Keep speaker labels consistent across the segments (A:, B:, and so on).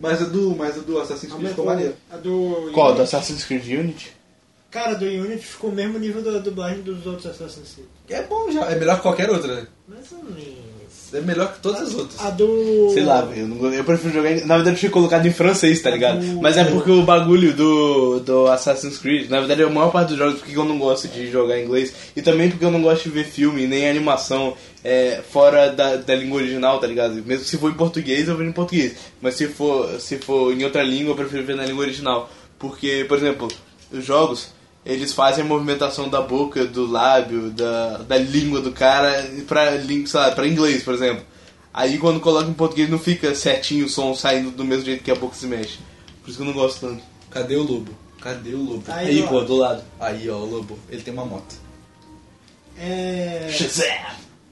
A: Mas a do, mas a do Assassin's Creed ficou maneiro.
B: A do
C: Qual? Do
B: Unity.
C: Assassin's Creed Unity?
B: Cara, do Unity ficou o mesmo nível da dublagem dos outros Assassin's Creed.
A: É bom já. É melhor que qualquer outra, né?
B: Mais ou menos.
A: É melhor que
B: Ah,
A: todas as outras.
B: A do.
C: Sei lá, eu, não- eu prefiro jogar. em- Na verdade, eu tinha colocado em francês, tá ligado?
B: Uhum.
C: Mas é porque o bagulho do, do Assassin's Creed, na verdade, é a maior parte dos jogos porque eu não gosto de jogar em inglês e também porque eu não gosto de ver filme nem animação é, fora da, da língua original, tá ligado? Mesmo se for em português, eu vejo em português, mas se for, se for em outra língua, eu prefiro ver na língua original. Porque, por exemplo, os jogos, eles fazem a movimentação da boca, do lábio, da, da língua do cara pra, lí- sei lá, pra inglês, por exemplo. Aí quando coloca em português não fica certinho o som saindo do mesmo jeito que a boca se mexe. Por isso que eu não gosto tanto.
A: Cadê o lobo? Cadê o lobo?
B: Aí, Aí, ó. pô,
A: do lado. Aí, ó, o lobo. Ele tem uma moto.
B: É.
C: Shazam!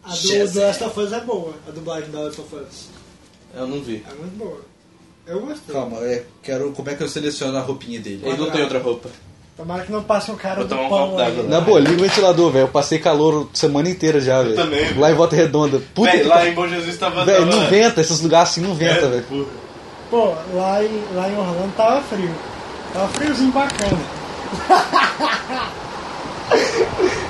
B: A do,
A: Shazam.
B: do Last of Us é boa. A dublagem da Last of Us.
C: Eu não vi.
B: É muito boa. Eu gostei.
A: Calma, eu quero. Como é que eu seleciono a roupinha dele?
C: Ele não tem outra roupa.
B: Tomara que não passe o
D: É
B: cara
C: Vou
B: do
C: tomar um
B: pão
C: copo
B: aí.
C: d'água.
D: Na boa, liga o ventilador, velho. Eu passei calor semana inteira já, velho.
C: também,
D: Lá em Volta Redonda. Puta
C: Véi,
D: que
C: lá em Bom Jesus tava... É,
D: Velho,
C: tava-
D: não venta, esses lugares assim não venta, velho.
B: Pô, lá em, lá em Orlando tava frio. Tava friozinho bacana.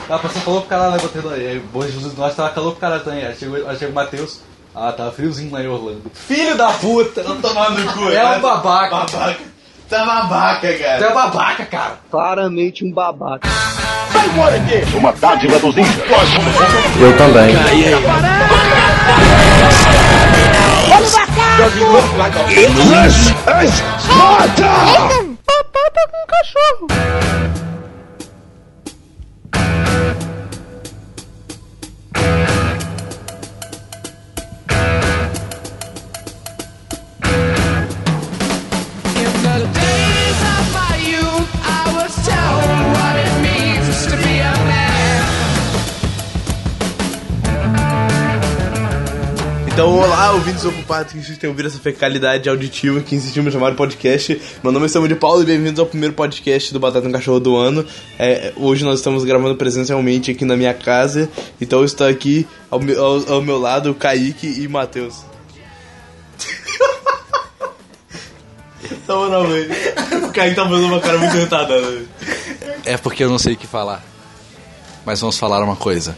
D: Ela passou calor Ah, pro caralho na Volta Redonda. Bom Jesus do Norte tava calor pro caralho também. Aí chegou, aí chega o Matheus. Ah, tava friozinho lá em Orlando. Filho da puta!
C: Tá tomando no cu,
D: É
C: né?
D: um babaca.
C: Babaca. Tá babaca,
D: Tu
C: cara.
D: é babaca, cara.
E: Claramente um babaca.
F: Uma dádiva dos índios.
G: In the days of my youth, I was told what it means to be a man.
C: Então, olá, ouvintes ocupados que insistem em ouvir essa fecalidade auditiva que insistimos em chamar de podcast. Meu nome é Samuel de Paulo e bem-vindos ao primeiro podcast do Batata no Cachorro do Ano. É, hoje nós estamos gravando presencialmente aqui na minha casa, então está aqui ao, meu- ao- ao meu lado o Kaique e Matheus. Tamo na mãe. O Kaique tá fazendo uma cara muito irritada. né?
H: É porque eu não sei o que falar. Mas vamos falar uma coisa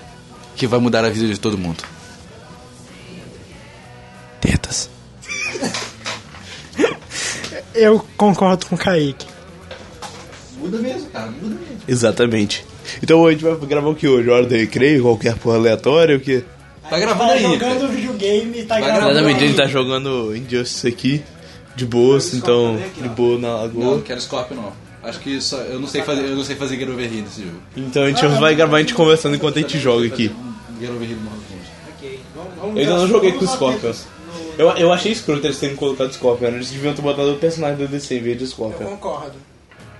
H: que vai mudar a vida de todo mundo. Tetas.
B: Eu concordo com o Kaique.
A: Muda mesmo, cara. Muda mesmo.
C: Exatamente. Então a gente vai gravar o que hoje? Hora do recreio? Qualquer porra aleatória? O que?
H: Tá gravando
B: Tá
H: aí.
B: jogando videogame, tá
H: Vai
B: gravando.
C: Exatamente,
B: aí.
C: ele tá jogando Injustice aqui, de boa, então, de boa na
H: Não, não
C: lagoa.
H: quero Scorpio não. Acho que só, eu não sei fazer, eu não sei fazer Get Over Here nesse jogo.
C: Então a gente vai gravar a gente conversando enquanto a gente joga aqui.
H: Get Over Here morre gente.
B: Ok, vamos- vamos
C: Eu ainda
B: ver
C: não
B: as-
C: joguei com
B: vamos
C: o
B: bater
C: Scorpion.
B: no-
C: Eu, eu achei escroto eles terem colocado o Scorpion, né? eles deviam ter botado o personagem do DC em vez de
B: Eu
C: Scorpion.
B: concordo.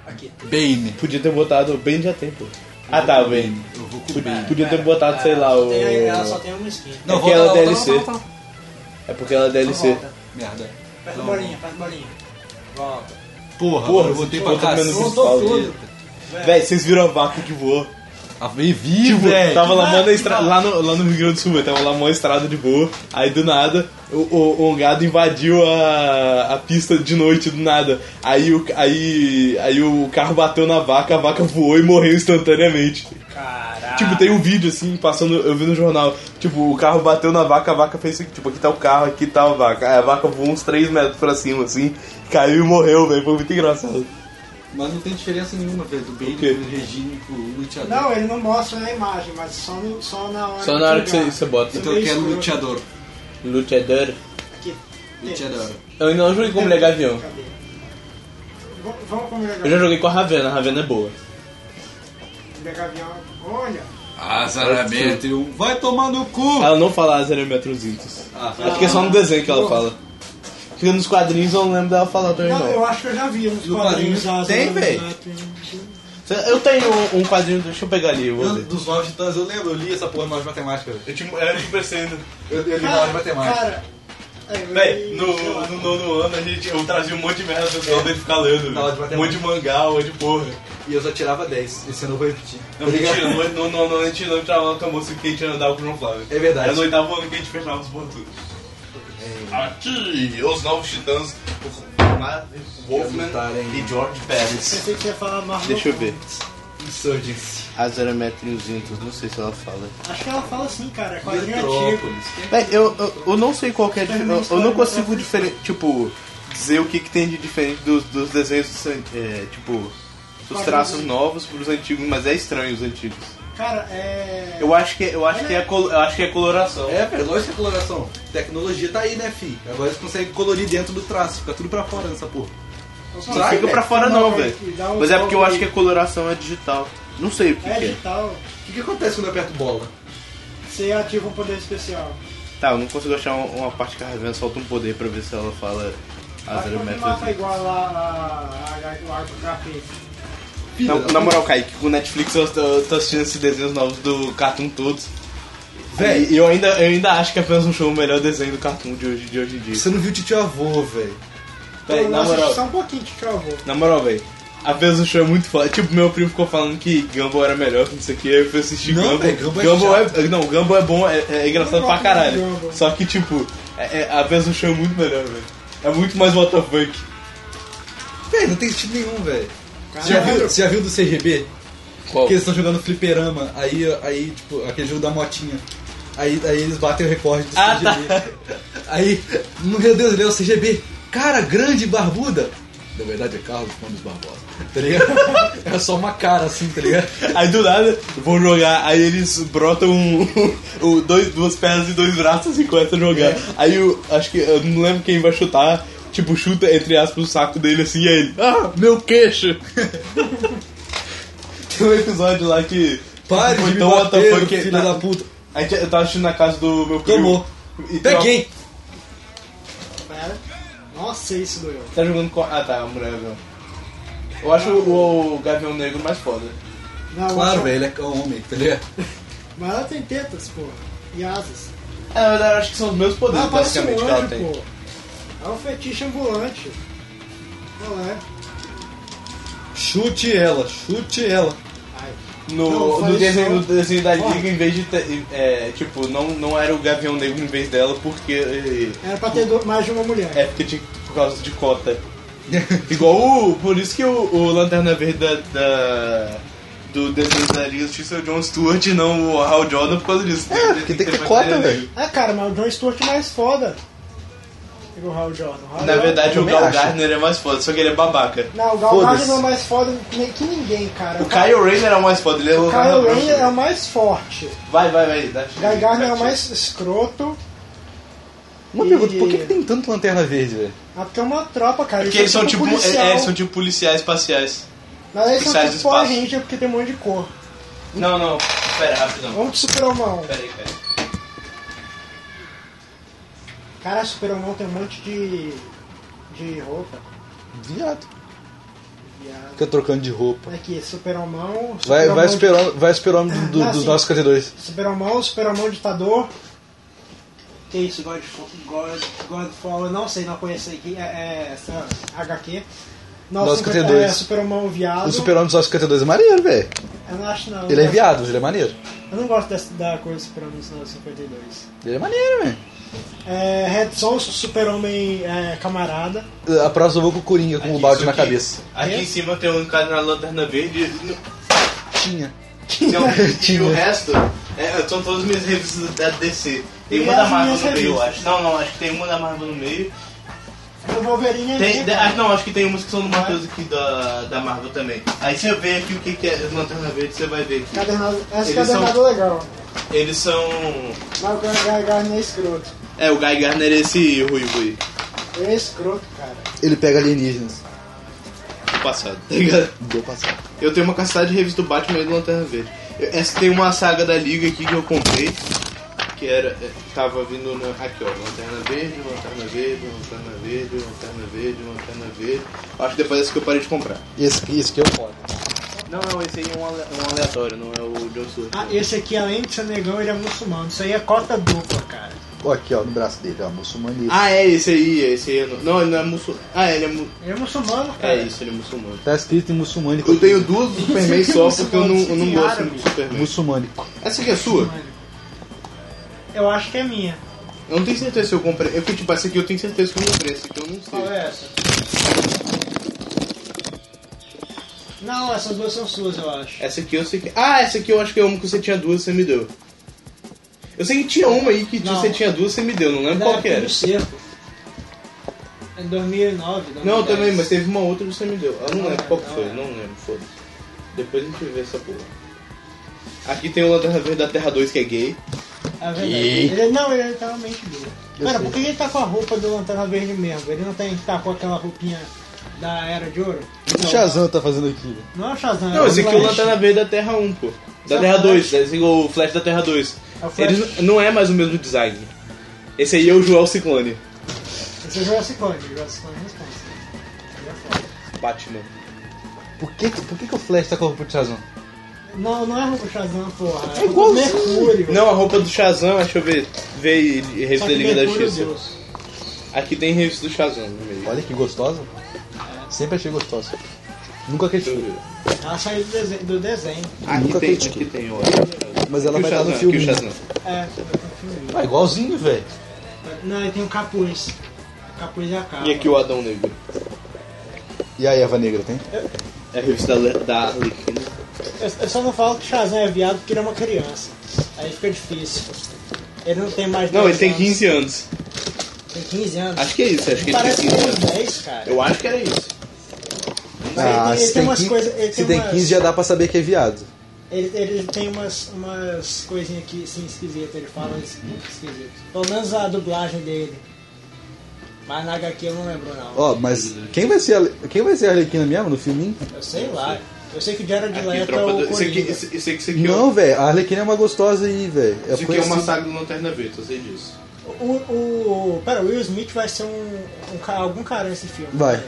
B: Aqui.
H: Bane.
C: Podia ter botado o Ben já tem, pô. Ah tá, o Ben.
H: Eu vou com o
C: Podia,
H: Bane.
C: podia ter botado, sei lá, o...
B: Tem- ela só
C: É
B: tem uma skin.
H: Não,
C: porque ela
H: volta lá,
C: é
H: volta lá,
C: DLC.
H: volta lá, volta
C: É porque ela é DLC.
B: Volta.
H: lá. Merda.
B: Faz bolinha, faz bolinha. Volta.
H: Porra,
C: Porra,
H: eu voltei
C: voltou
H: pra
C: pra menos
H: casa.
C: principal. Véi, vocês viram a vaca que voou?
H: Ah, vem vivo,
C: Tipo,
H: velho.
C: tava lamando a estrada lá no, lá no Rio Grande do Sul, velho, tava lamando a estrada de boa, aí do nada o, o- um gado invadiu a, a pista de noite do nada. Aí o, aí, aí o carro bateu na vaca, a vaca voou e morreu instantaneamente. Tipo, tem um vídeo assim, passando, eu vi no jornal, tipo, o carro bateu na vaca, a vaca fez assim, tipo, aqui tá o carro, aqui tá a vaca. Aí a vaca voou uns 3 metros pra cima, assim, caiu e morreu, velho. Foi muito engraçado.
A: Mas não tem diferença nenhuma, velho. Do Bane,
C: quê?
A: do Regine pro Luteador.
B: Não, ele não mostra na imagem, mas só, no, só na hora jogar.
C: bota.
H: Então eu quero Luteador.
C: Luteador.
B: Aqui.
H: Luteador.
C: Eu ainda não joguei como
B: Cadê?
C: legal avião.
B: Cadê? V- Vamos comer
C: Eu
B: legal.
C: já joguei com a Ravena, a Ravena é boa.
B: Legal avião. Olha.
H: Azaramente.
A: Tem um- Vai tomar no cu!
C: Ela não fala Azerametrozintos.
H: Ah,
C: Acho que é só no desenho que ela fala. Porque nos quadrinhos eu não lembro dela falar também
B: Não, eu
C: não.
B: acho que eu já vi uns
A: No
B: quadrinhos
A: quadrinho
B: as-
A: tem, véi?
C: Eu tenho um- um quadrinho, deixa eu pegar ali, eu vou
A: Eu-
C: ver.
A: dos Novos Titãs, eu lembro, eu li essa porra no Nós de Matemática. velho.
C: Eu um- te, eu te percebo.
A: Eu, eu li
B: Cara,
A: Nós de Matemática.
B: Cara, é, eu
C: Véi,
B: li-
C: no,
B: sei lá.
C: no nono ano a gente, eu trazia um monte de merda pro pessoal dele ficar lendo.
A: Não, de
C: velho.
A: matemática.
C: Um monte de mangá, um monte de porra.
A: E eu só tirava 10. Esse ano eu vou repetir.
C: Não, mentira, no no nono ano a gente não entrava no almoço que a gente andava com o João Flávio.
A: É verdade.
C: Era no oitavo ano que a gente fechava os portugueses. Aqui, os novos titãs Wolfman e George Pérez.
B: Pensei que você ia falar Marvel.
C: Deixa eu ver.
A: Insurgency.
C: A Zerametriusintos, não sei se ela fala.
B: Acho que ela fala assim, cara. Quadrinho antigo.
A: Metrópolis.
C: Véi, É, eu, eu, eu não sei qual é. que é. a dif- Eu, eu não consigo diferen- tipo, dizer o que, que tem de diferente dos, dos desenhos, dos an- é, tipo, dos traços novos pros antigos, mas é estranho os antigos.
B: Cara, é.
C: Eu acho que, eu acho que, é, col- eu acho que é coloração.
A: É, velho, lógico que é coloração. Tecnologia tá aí, né, fi? Agora eles conseguem colorir dentro do traço, fica tudo pra fora nessa porra.
C: Não
B: é
C: fica pra fora não, velho.
B: Dá um
C: Mas é porque eu
B: toque
C: acho que a coloração é digital. Não sei o que,
B: É
C: que é.
B: digital.
A: O que, que acontece quando eu aperto bola?
B: Você ativa um poder especial.
C: Tá, eu não consigo achar uma, uma parte que a Ravena solta um poder pra ver se ela fala a
B: Acho que
C: Ah, zero
B: o
C: metros.
B: mapa é igual lá a, a, a, a, HP.
C: Na, na moral, Kaique, com o Netflix eu tô, eu tô assistindo esses desenhos novos do Cartoon todos.
A: Véi.
C: E eu ainda, eu ainda acho que apenas um show é o melhor desenho do Cartoon de hoje, de hoje em dia.
A: Você não viu o tio avô, velho.
C: Véi,
B: Eu
C: na
B: assisti
C: moral,
B: Só um pouquinho de trovão.
C: na moral, velho. Apenas um show é muito foda. Tipo, meu primo ficou falando que Gumball era melhor, que não sei o que, aí eu fui assistir
A: Não,
C: Gumball.
A: véi, Gumball é chato.
C: Não, Gumball é bom, é, é engraçado
B: Eu
C: pra
B: gosto
C: caralho.
B: de Gumball.
C: Só que, tipo, é, é, apenas um show é muito melhor, velho. É muito mais WTF.
A: Véi, É, não tem sentido nenhum, velho. Você já, viu, você já viu do CGB?
C: Qual?
A: Porque eles estão jogando fliperama, aí, aí, tipo, aquele jogo da motinha. Aí, aí eles batem o recorde do CGB. Aí, meu Deus, ele é o CGB. Cara, grande e barbuda. Na verdade é Carlos Gomes Barbosa, tá ligado? é só uma cara assim, tá ligado?
C: Aí do nada, vão jogar, aí eles brotam um, um- dois, duas pernas e dois braços e começam a
A: É.
C: jogar. Aí eu acho que eu não lembro quem vai chutar, tipo, chuta entre aspas o saco dele assim e aí ele. Ah, meu queixo! Tem um episódio lá que.
A: Pare de
C: então,
A: me
C: what the
A: bater,
C: fuck,
A: filho
C: na-
A: da puta.
C: A gente, eu tava assistindo na casa do meu primo.
A: Tomou. Tá
C: E tem uma-
A: Peguei!
B: Pera. né? Nossa, isso doeu.
C: Tá jogando com. Ah tá, a mulher, velho. Eu acho o, o Gavião Negro mais foda.
B: Não,
A: Claro,
B: essa-
A: velho, ele é homem, tá ligado?
B: Mas ela tem tetas, pô. E asas.
C: É, na verdade, eu acho que são os meus poderes,
A: Ah,
B: Ela parece um
C: basicamente, que ela
B: anjo,
C: tem.
B: pô. É um fetiche ambulante. Não é?
A: Chute ela, chute ela.
B: Ai.
C: No,
B: Não,
C: no
B: faz isso
C: desenho,
B: não.
C: no desenho da
B: Ó.
C: Liga, em vez de. ter- É, tipo, não, não era o Gavião Negro em vez dela, porque.
B: Era pra ter do- mais de uma mulher.
C: É, é porque tinha, por causa de cota. Igual o. Por isso que o, o Lanterna Verde da, da- do desenho da Liga da Justiça é o John Stewart e não o Hal Jordan por causa disso. É, porque tem que ter cota, velho.
B: Ah, cara, mas o John Stewart é mais foda. Que o Hal Jordan. O Hal
C: Na
B: Jordan-
C: verdade, o
A: também
C: Gal
A: acho.
C: Gardner é mais foda, só que ele é babaca.
B: Não, o Gal
C: Foda-se.
B: Gadot é mais foda nem que ninguém, cara.
C: O Kyle Rayner é o mais foda, ele é
B: O
C: o
B: Kyle
C: narrador.
B: Ren é o mais forte.
C: Vai, vai, vai. dá-
B: O Guy Gardner é
C: dá-
B: o mais escroto.
D: Uma
B: E-
D: pergunta, por que, que tem tanto lanterna verde, velho?
B: Ah, porque é uma tropa, cara. um
C: Porque eles são tipo.
B: policial.
C: É, eles são tipo policiais espaciais.
B: Mas eles são
C: policiais
B: tipo
C: do
B: Power
C: espaço.
B: Ranger porque tem um monte de cor.
C: Não, não. Pera, rapidão.
B: Vamos de Super-Homão.
C: Pera aí, pera aí.
B: Cara, Super-Homão tem um monte de. de roupa.
D: Viado.
B: Viado.
D: Fica trocando de roupa.
B: Aqui, é? Super-Homão.
D: Vai,
B: Super-Homão
D: vai
B: de-
D: esperar vai esperar o do, do,
B: Ah,
D: dos
B: sim.
D: nossos 52.
B: Super-Homão, Super-Homão ditador. Que isso, Godfall, God, Godfall, eu não sei, não conheço aqui, é, é essa HQ. Nossa,
D: Nossa, 52.
B: É, Super-Homão viado.
D: O super-homem dos nossos 52 é maneiro, velho.
B: Eu não acho não. eu
D: Ele é
B: gosto-
D: viado, mas ele é maneiro.
B: Eu não gosto dessa, da coisa do Super-Homem dos anos 52.
D: Ele é maneiro, velho.
B: É, Red Son, Super-Homem é, camarada.
D: A próxima eu vou com o Coringa com o
C: Aqui,
D: um balde
C: Ah, isso
D: na
C: aqui.
D: cabeça.
C: Aqui
B: É?
C: em cima tem um cara na lanterna verde.
D: Tinha.
C: Não, e o resto é, são todas minhas revistas da DC. Tem
B: E
C: uma da
B: as
C: Marvel
B: minhas
C: no meio, eu
B: revistas.
C: acho. Não, não, acho que tem uma da Marvel no meio.
B: O Wolverine é
C: Tem,
B: negro.
C: de- ah, não, acho que tem umas que são do
B: Ah.
C: Matheus aqui da, da Marvel também. Aí você vê aqui o que, que é lanterna verde, você vai ver aqui.
B: Cadernado, essa
C: é, Eles
B: cadernada
C: são-
B: é legal.
C: Eles são.
B: Mas o Guy Gardner é escroto.
C: É, o Guy Garner é esse ruivo aí,
B: Ele é escroto, cara.
D: Ele pega alienígenas.
C: do passado, tá ligado?
D: Deu passado.
C: Eu tenho uma cacetada de revista do Batman e do Lanterna Verde. Eu- Essa tem uma saga da Liga aqui que eu comprei, que era. é, Tava vindo na, aqui, ó. Lanterna Verde, Lanterna Verde, Lanterna Verde, Lanterna Verde, Lanterna Verde. Eu Acho que depois dessa que eu parei de comprar.
D: Esse, aqui- esse aqui é o foda.
C: Não, não, esse aí é um, ale- é um aleatório, não é o John Stewart.
B: Ah, esse aqui, além de ser negão, ele é muçulmano. Isso aí é cota dupla, cara.
D: Ó, aqui, ó, no braço dele, ó, muçulmanismo.
C: Ah, é esse aí, é esse aí. eu Não, não, ele não é muçulmano. Ah, ele é mu...
B: Ele é muçulmano, cara.
C: É isso, ele é muçulmano.
D: Tá escrito em muçulmânico.
C: Eu tenho duas do Superman só porque eu não, eu não
B: Em
C: gosto
B: árabe.
C: muito do Superman.
D: Muçulmânico.
C: Essa aqui é sua?
B: Eu acho que é minha.
C: Eu não tenho certeza se eu comprei. Eu, tipo, essa aqui eu tenho certeza que eu comprei, essa aqui eu não sei.
B: Qual é essa? Não, essas duas são suas, eu acho.
C: Essa aqui eu sei que. Ah, essa aqui eu acho que é uma que você tinha duas, você me deu. Eu sei que tinha uma aí que
B: Não.
C: você tinha duas, você me deu, não lembro
B: Ainda
C: qual
B: era
C: que é? era.
B: tudo seco. É 2009, 2010.
C: Não, também, mas teve uma outra que você me deu. Eu não,
B: Não,
C: lembro qual que
B: não
C: foi,
B: é.
C: não lembro, foda-se. Depois a gente vê essa porra. Aqui tem o Lanterna Verde da Terra 2 que é gay.
B: É verdade. Ele, não, ele tá realmente duro. Cara, por que ele tá com a roupa do Lanterna Verde mesmo? Ele não tem que tá com aquela roupinha da Era de Ouro?
A: O que o Shazam tá fazendo aqui?
B: Não é o Shazam, é
C: Não,
B: o
C: esse aqui é o
B: Flash.
C: Lanterna Verde da Terra 1, pô. Da
B: Só
C: Terra
B: Flash.
C: 2, esse aqui é o Flash da Terra 2.
B: É o Flash.
C: Ele n- não é mais o mesmo design. Esse aí é o Joel Ciclone.
B: Esse é o Jurassic World, o Jurassic World responsa. Ele é foda.
C: Batman.
D: Por que, por que, que o Flash tá com a roupa de Shazam?
B: Não, não é roupa do Shazam, porra. É igual Mercúrio.
C: Não, Então, a roupa do Shazam, deixa eu ver. Vê e- e
B: Só
C: revista da
B: que
C: Liga da
B: Mercúrio é
C: Justiça.
B: Deus.
C: Aqui tem revista do Shazam no meio.
D: Olha que gostosa. Sempre achei gostosa. Nunca
C: Deixa eu
D: acreditei.
C: ver.
B: Ela saiu do desenho. Do desenho.
C: Aqui
A: Nunca
C: tem,
A: critiquei.
C: aqui tem, ó.
A: Mas ela
C: Aqui
A: vai estar
C: o Shazam,
A: no
C: aqui
A: filme.
C: o Shazam.
B: É, foi um filme.
D: Ah, igualzinho, velho.
B: Não, ele tem um capuz. O capuz é a capa.
C: E aqui o Adão Negro.
A: E a Eva Negra tem?
C: É a revista da, da Arlequina.
B: Eu, eu só não falo que Shazam é viado porque ele é uma criança. Aí fica difícil. Ele não tem mais
C: Não,
B: 10
C: ele tem
B: anos.
C: 15 anos.
B: Tem 15 anos.
C: Acho que é isso, acho que ele
B: Parece
C: tem
B: que
C: 15
B: tem
C: anos.
B: 10, cara.
C: Eu acho que era isso.
B: ele tem, ele
A: Ah, se
B: tem umas
A: quin-
B: coisas. Ele,
A: se
B: tem
A: tem
B: umas-
A: 15 já dá pra saber que é viado.
B: ele, ele tem umas, umas coisinhas aqui assim esquisitas. Ele fala es- esquisito. Pelo menos a dublagem dele. Mas na HQ eu não lembro, não.
A: Ó, mas quem vai ser a, quem vai ser a Arlequina mesmo no filminho?
B: Eu sei lá. Eu sei que o Jared
C: Aqui,
B: Leto é
C: tropa
B: o
C: do... Isso aqui,
B: Coringa.
C: isso, isso aqui, isso aqui, é
A: Não,
C: um-
A: velho, a Arlequina é uma gostosa aí, velho. Eu
C: isso aqui é uma
A: conheci-
C: saga do Lanterna Verde, eu sei disso.
B: O, o, pera, o Will Smith vai ser um, um ca- algum cara nesse filme. né?
A: Vai.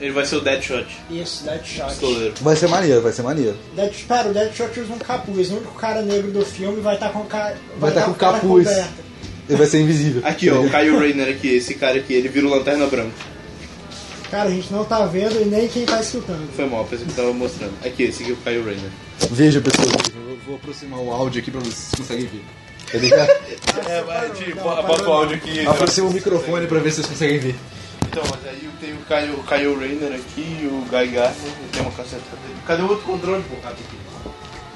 C: Ele vai ser o Deadshot,
B: Isso, Deadshot.
C: pistoleiro.
A: Vai ser maneiro, vai ser maneiro.
B: Dead, pera, o Deadshot usa um capuz. O único cara negro do filme vai estar com, ca...
A: Vai tá
B: tá
A: com
B: o cara
A: capuz.
B: coberto.
A: Ele vai ser invisível.
C: Aqui, ó, o Kyle Rayner aqui, esse cara aqui, ele vira o Lanterna Branco.
B: Cara, a gente não tá vendo e nem quem tá escutando.
C: Foi mal, pensei que tava mostrando. Aqui, esse aqui é o Kyle Rayner.
A: Veja, pessoal. Eu vou aproximar o áudio aqui pra vocês conseguirem ver. Tá ligado?
C: É, vai, tipo,
B: não, bota parou, o áudio
C: aqui.
A: Aproxima o microfone pra ver se vocês conseguem ver.
C: Então, mas aí tem o Kyle, o Kyle Rayner aqui, o Guy Gardner, tem uma cacetada dele. Cadê o outro controle, pô? Cadê aqui?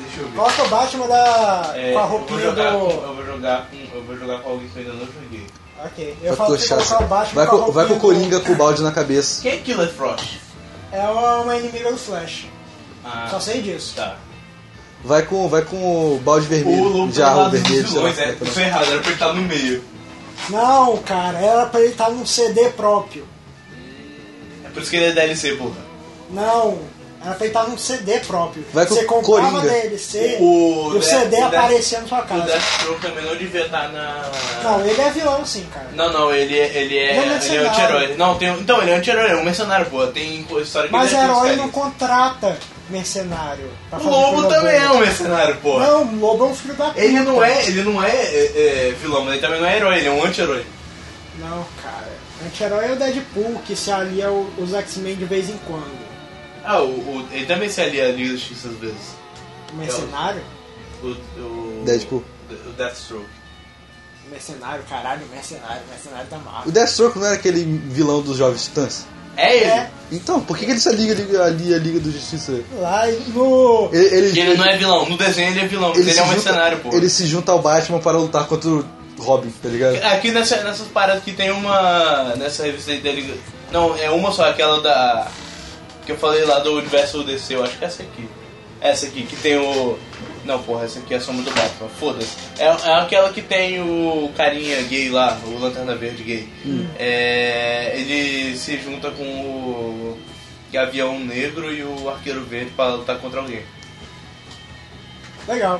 C: Deixa eu ver.
B: Coloca o Batman da...
C: É,
B: com a
C: eu,
B: roupinha
C: vou jogar, com-
B: do.
C: eu vou jogar com.
D: um,
C: Eu vou jogar com alguém que eu ainda não joguei.
B: Ok, eu
A: Vai
B: falo pra
A: com
B: você
A: o Shazam.
B: colocar o Batman
A: Vai
B: com a
A: com, vai com o
B: roupinha né?
A: Coringa com o balde na cabeça.
C: Quem é Killer Frost?
B: do- É uma, uma inimiga do Flash.
C: Ah,
B: Só sei disso.
C: tá.
A: Vai com, vai com o balde vermelho.
C: O Lobo tá do
A: jarro
C: lado
A: vermelho.
C: dos
A: sei lá,
C: vilões, é.
A: tá
C: Tô
A: lá.
C: ferrado, era pra ele estar no meio.
B: Não, cara, era pra ele estar num CD próprio.
C: É por isso que ele é DLC, porra.
B: Não, era pra ele estar num CD próprio.
A: Vai com
B: você comprava
A: Coringa.
B: dele, você,
C: O-
B: e o CD
C: o- o-
B: aparecia na sua
C: O
B: casa.
C: Deathstroke também não devia estar na.
B: Não, ele é vilão sim, cara.
C: Não, não, ele é. Ele é,
B: Ele é
C: ele é
B: mercenário.
C: anti-herói. Não, tem, um- então, ele é anti-herói, é um mercenário, pô. Tem história que
B: Mas
C: ele é
B: herói
C: anti-herói.
B: não contrata mercenário. pra
C: O
B: fazer
C: Lobo
B: coisa
C: também
B: boa.
C: é um mercenário, pô.
B: Não, o Lobo é um filho da puta.
C: Ele não é, ele não é, é, é, vilão, mas ele também não é herói, ele é um anti-herói.
B: Não, cara. Anti-herói é o Deadpool, que se alia ao- os X-Men de vez em quando.
C: Ah, o, o- ele também se alia a Liga da Justiça às vezes.
B: Mercenário?
A: É.
C: O, o,
A: Deadpool.
C: O Deathstroke.
B: Mercenário, caralho, mercenário, mercenário da
A: O
B: Marvel.
A: Deathstroke não era aquele vilão dos Jovens Titãs?
C: É ele?
B: É,
A: Então, por que, que ele se liga liga- ali a Liga do Justiça?
B: lá no.
A: Ele, ele-
C: Porque ele não é vilão, no desenho ele é vilão, mas ele,
A: se
C: é um
A: junta-
C: mercenário, pô.
A: Ele se junta ao Batman para lutar contra o Robin, tá ligado?
C: Aqui nessa, nessas paradas que tem uma. Nessa revista aí dele. Não, é uma só, aquela da. Que eu falei lá do universo DC, eu acho que é essa aqui. Essa aqui, que tem o. Não, porra, essa aqui é a soma do Batman, foda-se. É, é aquela que tem o carinha gay lá, o Lanterna Verde gay. É, ele se junta com o Gavião Negro e o Arqueiro Verde pra lutar contra alguém.
B: Legal.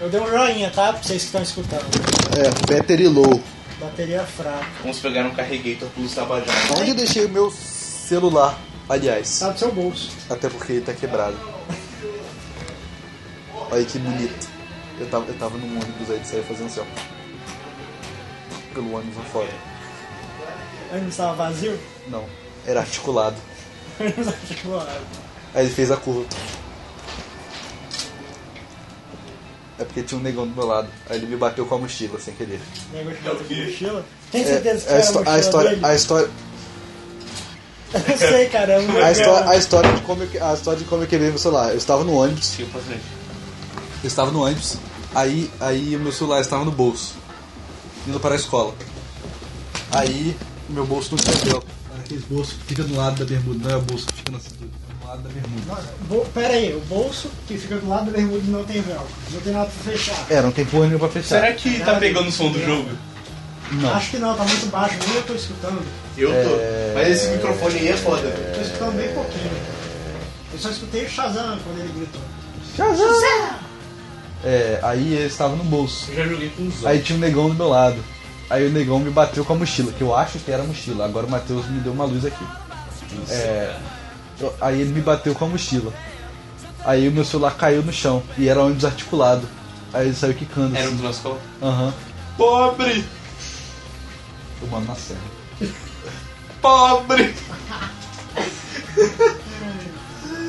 B: Eu dei um joinha, tá? Pra vocês que estão escutando.
A: É, Better e Low.
B: Bateria fraca.
C: Vamos pegar um carregator plus Tabajara.
A: Onde eu deixei o meu celular, aliás?
B: Tá do seu bolso.
A: Até porque ele tá quebrado. Olha que bonito. Eu tava, eu tava num ônibus aí de sair fazendo assim, ó. Pelo ônibus fora.
B: Aí não estava vazio?
A: Não, era articulado.
B: Tipo, ah,
A: Aí ele fez a curva. É porque tinha um negão do meu lado. Aí ele me bateu com a mochila, sem querer.
B: Negócio de bater com mochila. Tem
A: É,
B: certeza
A: a,
B: que
A: histó-
B: foi
A: a história, a história,
B: Eu sei, caramba.
A: a história, a história de como eu, a história de como eu quebrei meu celular. Eu estava no ônibus. Eu estava no ônibus. Aí, aí o meu celular estava no bolso, indo para a escola. Aí meu bolso não escondeu. Aquele bolso que fica do lado da bermuda, não é o bolso que fica na cintura, é do lado da bermuda.
B: Bo- Pera aí, o bolso que fica do lado da bermuda não tem véu. Não tem nada pra fechar.
A: É, não tem porra nenhuma pra fechar.
C: Será que tá pegando o som do jogo?
A: Não.
B: Acho que não, tá muito baixo, nem eu tô escutando.
C: Eu tô. Mas esse microfone aí é foda.
B: Tô escutando um bem pouquinho. Eu só escutei o Shazam quando ele gritou.
A: É, aí ele estava no bolso.
I: Eu já joguei com os
A: Aí tinha um negão do meu lado. Aí o negão me bateu com a mochila, que eu acho que era a mochila. Agora o Matheus me deu uma luz aqui. É, eu- aí ele me bateu com a mochila. Aí o meu celular caiu no chão e era um desarticulado. Aí ele saiu quicando.
I: Era um
A: assim.
I: do nosso copo.
A: Aham.
C: Pobre!
A: Eu mando na serra.
C: Pobre!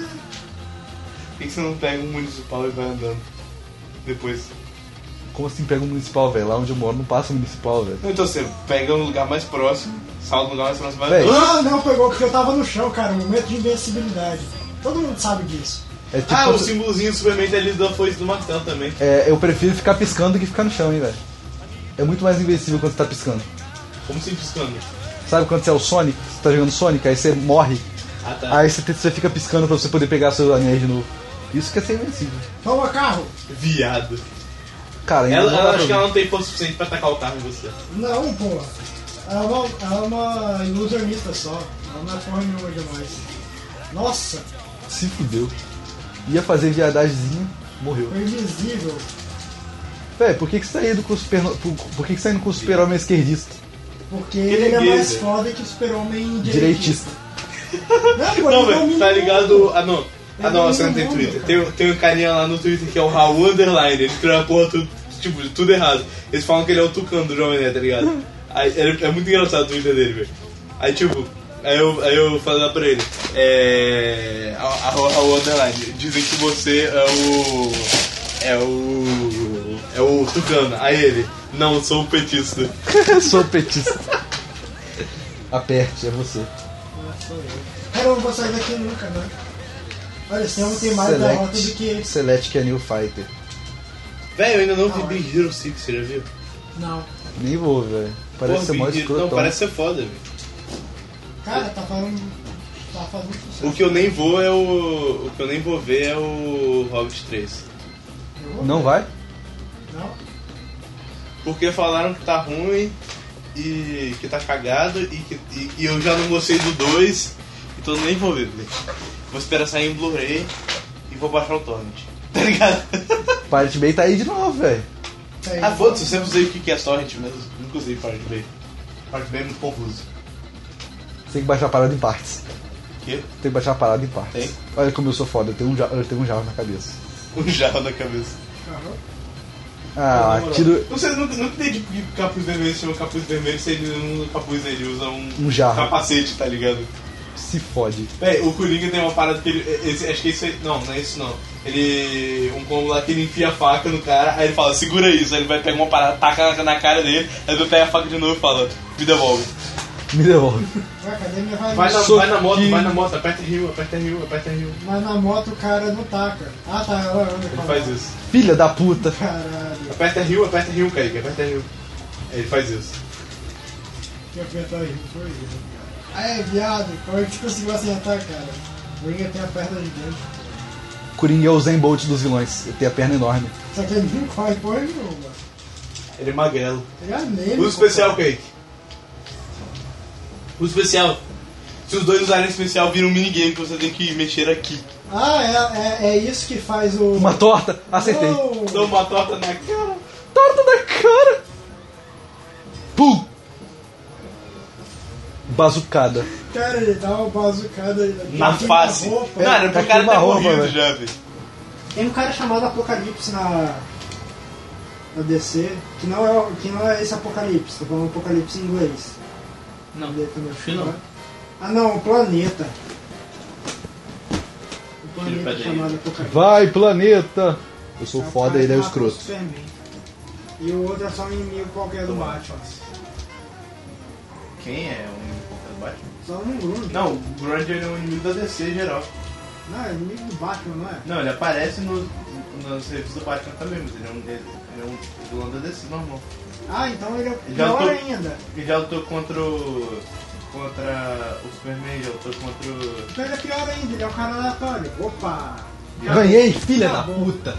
C: Por que que você não pega um municipal e vai andando? Depois.
A: Como assim pega um municipal, velho? Lá onde eu moro não passa um municipal, velho.
C: Então você pega um lugar mais próximo, salta um lugar mais próximo, vai
A: Véi.
C: andando.
B: Ah, não pegou porque eu tava no chão, cara. Um momento de invencibilidade. Todo mundo sabe disso.
A: É tipo.
C: Ah, o símbolozinho do Superman tá ali da foice do Martão também.
A: é, eu prefiro ficar piscando do que ficar no chão, hein, velho. É muito mais invencível quando você tá piscando.
C: Como se piscando.
A: Sabe quando você é o Sonic? Você tá jogando Sonic, aí você morre.
C: Ah tá.
A: Aí você, te- você fica piscando pra você poder pegar seus anéis de novo. Isso que é ser invencível.
B: Toma carro!
C: Viado.
A: Cara, ainda
C: Ela,
A: não dá
C: ela-
A: pra
C: acho que
A: ver.
C: ela não tem força suficiente pra atacar o carro em você.
B: Não, porra. Ela é uma, ela é uma ilusionista só. Ela não é porra nenhuma demais. Nossa,
A: se fudeu. Ia fazer viadagemzinha, morreu.
B: foi invisível.
A: Véi, por que, que você tá indo com o super. Por, por que, que você tá indo com o super-homem esquerdista?
B: Porque ele é
C: ninguém,
B: mais
C: velho.
B: foda que o super-homem
A: Direitista.
B: direitista. Não, pô, ele
C: Não,
B: é um
C: velho,
B: domina
C: tá
B: o
C: ligado?
B: mundo.
C: Ah não. Ah não, você não tem Twitter. Tem, tem um carinha lá no Twitter que é o Raul Underline, ele criou a porra tudo, tipo, tudo errado. Eles falam que ele é o Tucano do Jovem Nerd, tá ligado? Aí, é, é muito engraçado o Twitter dele, velho. Aí tipo, aí eu, aí eu falava pra ele, é. a- a- o Raul Underline, dizem que você é o. É o. É o Tucano. Aí ele, não, sou o petista.
A: Sou petista. Aperte, é você.
B: Cara, eu não vou sair daqui nunca, né? Olha, esse homem tem mais derrota do que
A: Select,
B: ele.
A: Select que é New Fighter.
C: Velho, eu ainda não vi Big Hero 6, você já viu?
B: Não.
A: Nem vou, velho. Parece ser mó
C: Big Hero- Não,
A: escrotão.
C: parece ser foda, velho.
B: Cara, tá falando. Tá fazendo
C: O
B: sucesso.
C: que eu nem vou é o. O que eu nem vou ver é o Hobbit 3.
B: Eu vou-
A: Não vai?
B: Não?
C: Porque falaram que tá ruim e que tá cagado e que e, e eu já não gostei do 2, então eu nem vou ver. velho. Vou esperar sair em Blu-ray e vou baixar o torrent. Tá ligado?
A: Pirate Bay tá aí de novo, velho.
B: Tá aí.
C: ah, foda-se, eu sempre sei o que que é torrent mesmo. Nunca usei Pirate Bay. Pirate Bay é muito confuso.
A: Você tem que baixar a parada em partes.
C: Quê?
A: Tem que baixar a parada em partes.
C: Tem.
A: Olha como eu sou foda, eu tenho um, ja- eu tenho um jarro na cabeça.
C: Um jarro na cabeça.
B: Aham.
A: Ah,
C: Na moral.
A: tiro
C: Não sei, nunca, nunca entendi por que o capuz vermelho se chama capuz vermelho se ele não capuz, ele usa um,
A: Um jarro.
C: capacete, tá ligado?
A: se fode.
C: É, o Coringa tem uma parada que ele. esse- acho que isso aí. Não, não é isso não. Ele. Um combo lá que ele enfia a faca no cara, aí ele fala, segura isso. Aí ele vai pegar uma parada, taca na, na cara dele, aí ele pega a faca de novo e fala, me devolve.
A: Me devolve.
B: Ué, cadê minha vai?
C: Vai na,
A: Soco
C: vai na moto,
A: de-
C: vai na moto, aperta rio, aperta rio, aperta rio.
B: Mas na moto o cara não taca. Ah tá, ela anda com
C: Ele
B: a
C: faz
B: moto.
C: isso.
A: Filha da puta.
B: Caralho,
C: Aperta rio, aperta rio, Kaique, aperta rio. Aí Ele faz isso.
B: que apertar aí, não foi isso. Ah, é viado, como é que você conseguiu acertar, cara? O Inga tem a perna gigante.
A: Coringa é o Zen Bolt dos vilões. Ele tem a perna enorme.
B: Só que ele não corre porra nenhuma.
C: Ele é magrelo.
B: Ele é nele.
C: Usa o especial, Kaique. Usa o especial. Se os dois usarem o especial, vira um minigame que você tem que mexer aqui.
B: Ah, é, é, é isso que faz o.
A: Uma torta, acertei.
B: Não!
C: Dá uma torta na cara.
A: Torta da cara. Pum. Bazucada.
B: Cara, ele dá uma bazucada ele-
C: Na
B: ele
C: face.
B: tira a roupa.
C: Cara,
A: Tá
C: o cara
A: com uma
C: tá
A: roupa,
C: morrido
A: velho.
C: já, velho.
B: Tem um cara chamado Apocalipse na. na DC, que não é, o- que não é esse Apocalipse, tô falando Apocalipse em inglês.
I: Não,
B: Ele é também
I: acho que não.
B: Ah não, o Planeta. O
I: Tira pra
B: Planeta
I: daí.
B: chamado Apocalipse. um
A: Vai, planeta. Eu sou foda e ele é o escroto.
B: Superman. E o outro é só um inimigo qualquer do Batman.
D: Quem é o inimigo qualquer do Batman?
B: Só um Grunge.
D: Não, o Grunge ele é um inimigo da DC geral.
B: Não, é inimigo do Batman, não é?
D: Não, ele aparece no, no serviço do Batman também, mas ele é um, ele, ele é um vilão da DC normal.
B: Ah, então ele é pior
D: Já tô-
B: ainda.
D: Ele já lutou contra o. contra o Superman, já lutou contra o.
B: Então ele é pior ainda, ele é um cara aleatório. Opa!
A: Ganhei, filha
B: Tá
A: da
B: bom.
A: puta!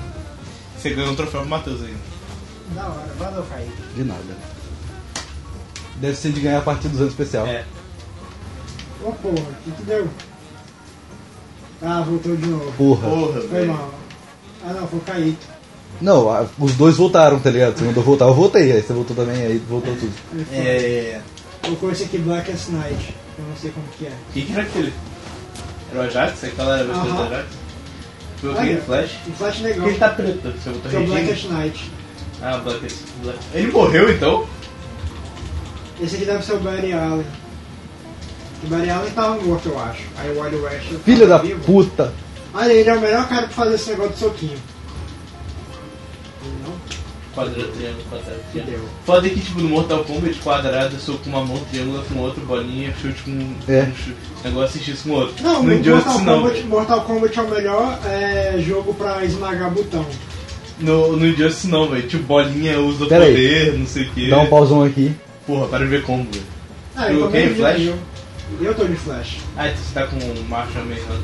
D: Você ganhou um troféu pro Matheus ainda.
B: Da hora, valeu, Kaique.
A: De nada. Deve ser de ganhar a partir dos anos especial.
D: É.
B: Ô porra, o que que deu? Ah, voltou de novo.
A: Porra.
D: Porra,
B: Foi
D: velho.
B: mal. Ah não, foi o Kaique.
A: Não, a- os dois voltaram, tá ligado? Você mandou voltar, eu voltei. Aí você voltou também, aí voltou tudo.
D: É.
B: Colocou esse aqui Blackest Night. Eu não sei como que é.
D: O que, que era aquele? Era o Ajax? Aquela era a vestida do
B: Aham.
D: Ajax? Foi o
B: Olha.
D: Green Flash?
B: Um flash
D: Por
B: legal.
D: que ele tá preto? Você botou
B: Que é o
D: Regina?
B: Blackest Night.
D: Ah, Black, Black. Ele morreu então?
B: Esse aqui deve ser o Barry Allen. O Barry Allen tava morto, eu acho. Aí o Wally West. tava
A: Filha da
B: vivo.
A: puta!
B: Olha, ele é o melhor cara pra fazer esse negócio de soquinho. Ele Não,
D: Quadrado, triângulo, quadrado,
B: que
D: triângulo.
B: deu.
D: Foda que tipo no Mortal Kombat quadrado, soco com uma mão, triângulo com outra, bolinha, chute com
A: É.
D: um chute, negócio e X com outro.
B: Não,
D: não
B: o
D: adianta
B: Mortal,
D: isso não.
B: Kombat,
D: velho.
B: Mortal Kombat é o melhor é, jogo pra esmagar botão.
D: No, no Injustice não, velho. Tipo, bolinha usa
A: Pera aí.
D: poder, não sei o que.
A: Dá um pauzão aqui.
D: Porra, para de ver combo, velho.
B: Ah,
D: Eu
B: eu também
D: tenho flash?
B: Eu, eu tô de flash.
D: Ah, então você tá com o Marshall Manhunter.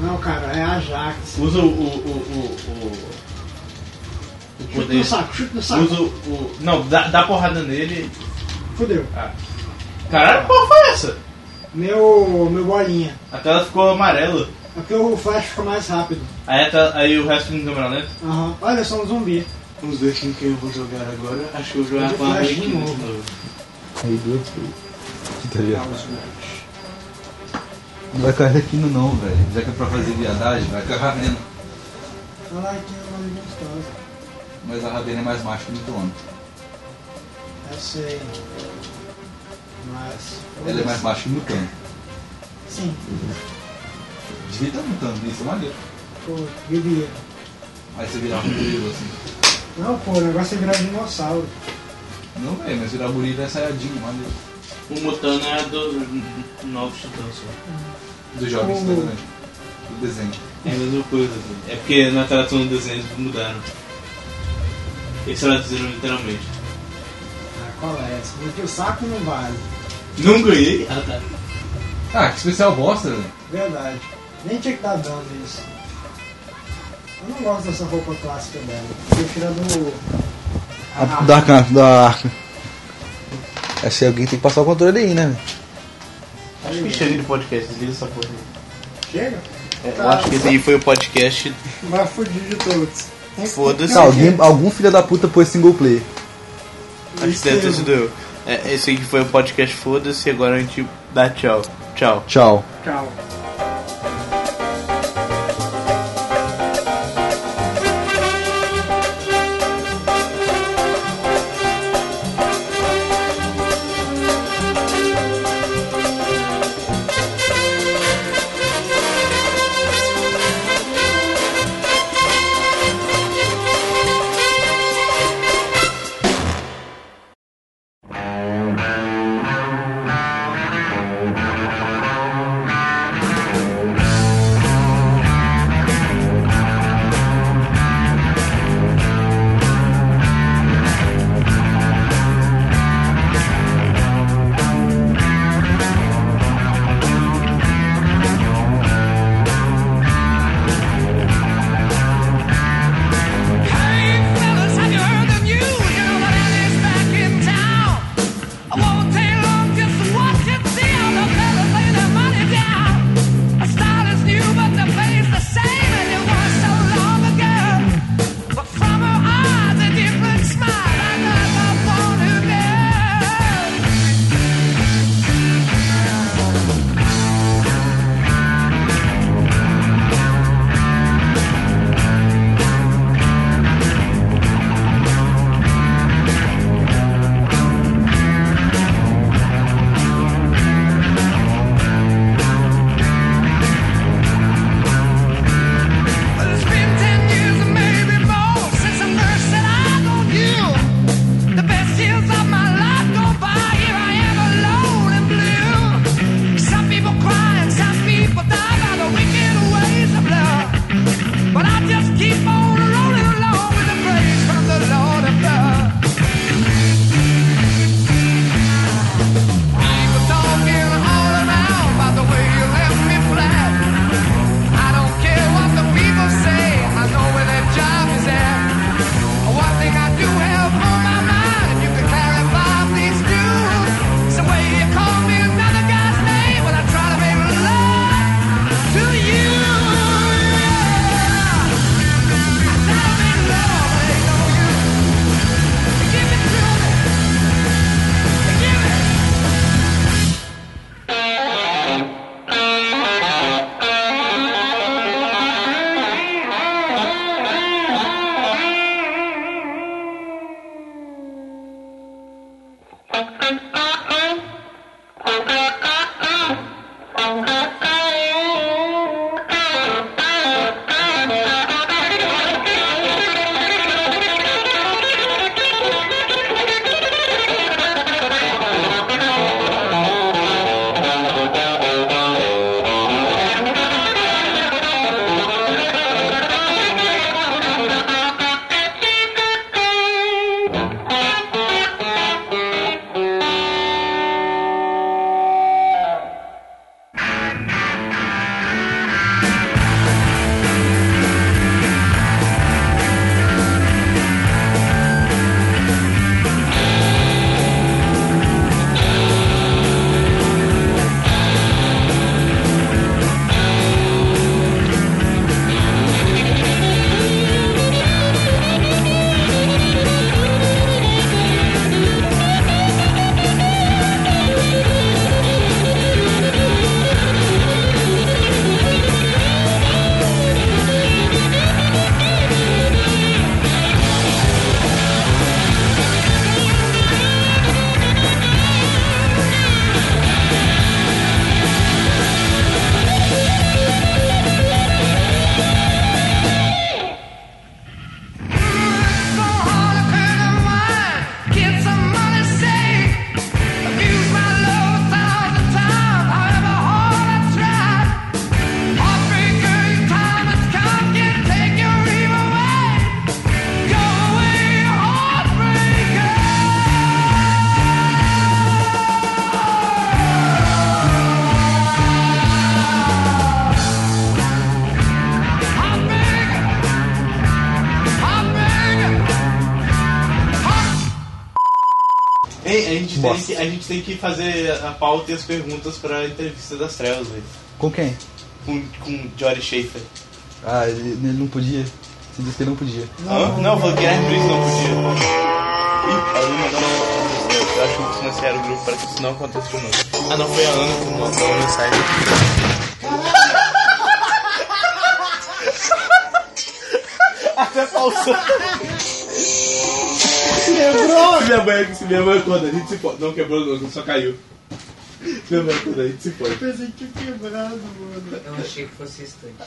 B: Não, cara, é Ajax.
D: Usa o. o. o. o. o, o
B: Chute no
D: poder.
B: saco, chute no saco.
D: Usa o. o- Não, dá, dá porrada nele.
B: Fudeu.
D: Ah. Caralho, qual foi essa?
B: Meu, meu bolinha.
D: A tela ficou amarela.
B: É porque o flash fica mais rápido.
D: Aí, a tela- aí o resto em câmera lenta.
B: Aham. Olha, eu sou um zumbi.
D: Os dois com quem eu vou jogar agora, acho que eu vou
B: jogar com a Blink de novo.
A: Aí duas Tá ligado? Não vai cair aqui no não, velho.
J: Já que é pra fazer viadagem, vai com a Ravena.
B: Olha lá que é mais gostosa.
J: Mas a Ravena é mais macho que muito homem.
B: Eu É sei. Mas.
J: Ela é mais macho que o Mutano.
B: Sim,
J: Devia estar mutando isso, é maneiro.
B: pô, bebia.
J: Aí você virava um gorila assim.
B: Não, pô, o negócio é virar dinossauro.
J: Não, velho, mas virar gorila é saiadinho, maneiro.
D: O Mutano é a do Novo Titãs.
J: Dos jovens,
B: Como?
J: tá ligado? Do desenho.
D: É a mesma coisa. velho. É porque na tradução do desenho eles mudaram. Eles traduziram literalmente.
B: Ah, qual é essa? Porque o saco não vale.
D: Não ganhei? Ah, tá.
J: Ah, que especial bosta, velho.
B: Verdade. Nem tinha que dar dano nisso. Eu não gosto dessa roupa clássica dela. Prefiro a do.
A: A, da arca, da arca. É se alguém tem que passar o controle aí, né? velho?
D: Acho que chega de podcast, desliga essa porra.
B: Chega?
D: É,
C: É, Tá.
D: Eu acho que esse aí foi o podcast.
B: Tá, Vai fugir de todos. Tem que-
D: Foda-se.
A: Tá, alguém, algum filho da puta pôs single play.
D: Acho que deve
B: um-
D: ter sido eu. É, esse aqui foi o podcast, foda-se. Agora a gente dá tchau. Tchau.
A: Tchau.
B: Tchau.
C: gente, tem que, a gente tem que fazer a pauta e as perguntas pra entrevista das trevas, velho.
A: Com quem?
C: Com, com Jory Schaefer.
A: Ah, ele, ele não podia. Você disse que ele não podia.
C: Hã? Não, foi o Guilherme Briggs não podia. Ih, a Ana não Eu acho que eu financiaram o grupo para que isso não aconteça de novo. Ah, não, foi a Ana que mandou uma mensagem. Até falsou. Quebrou! Minha mãe, se minha mãe quando a gente se pode. Não quebrou, não, só caiu. Minha mãe quando a gente se pode.
K: Eu achei que fosse estante.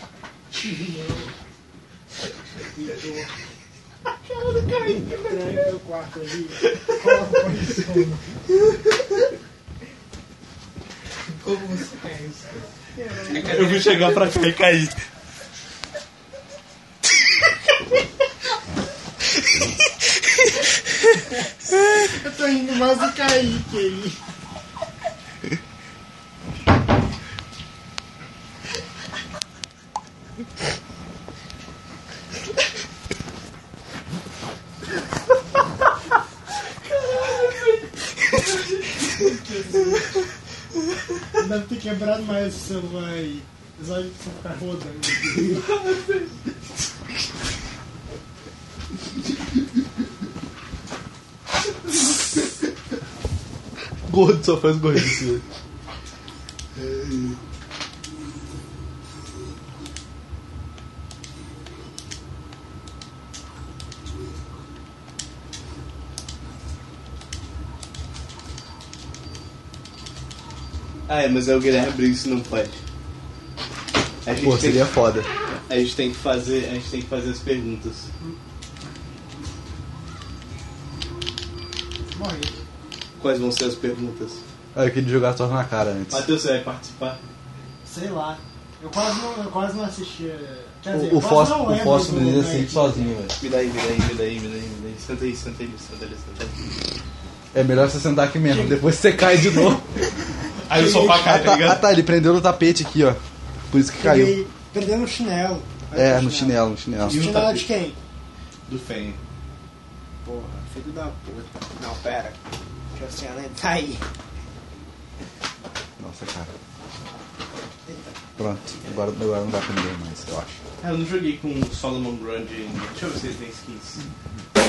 B: Tranca o quarto ali.
K: Como você quer isso?
C: Eu vim chegar pra cá e cair.
B: Eu tô indo mais do Kaique aí. Deve ter quebrado mais o celular aí. Só de você ficar rodando.
C: Gordo só faz gordice. Ah, é, mas é o Guilherme Briggs não pode. A gente,
A: Pô,
C: tem,
A: seria foda.
C: a gente tem que fazer, a gente tem que fazer as perguntas.
B: Morre.
C: Quais vão ser as perguntas?
A: Ah, eu queria jogar torta na cara antes.
C: Matheus, você vai participar?
B: Sei lá. Eu quase não, eu quase não assistia. Quer dizer,
A: O, o
B: eu quase não
A: fósforo, o
B: lembro
A: fósforo
B: do né?
A: dele
B: Kaique.
A: assim, sozinho, velho.
C: Me dá aí, me dá aí, me dá aí, me dá aí, me dá aí. Senta aí, senta aí, senta aí, senta aí.
A: É melhor você sentar aqui mesmo, depois você cai de novo.
C: Aí o sofá
A: ah, tá, ah, tá, ele prendeu no tapete aqui, ó. Por isso que caiu.
B: Peguei- Perdeu no chinelo.
A: É, no chinelo, no chinelo. Tá.
C: E o
B: Chinelo
C: tapete?
B: de quem?
C: Do Fenha.
B: Porra, filho da puta. Não, pera. Deixa eu senhora tá aí.
A: Nossa, cara. Pronto, agora, agora não dá pra ninguém mais, eu acho.
C: Ah, eu não joguei com o Solomon Grundy ainda. Deixa eu ver se ele tem skins.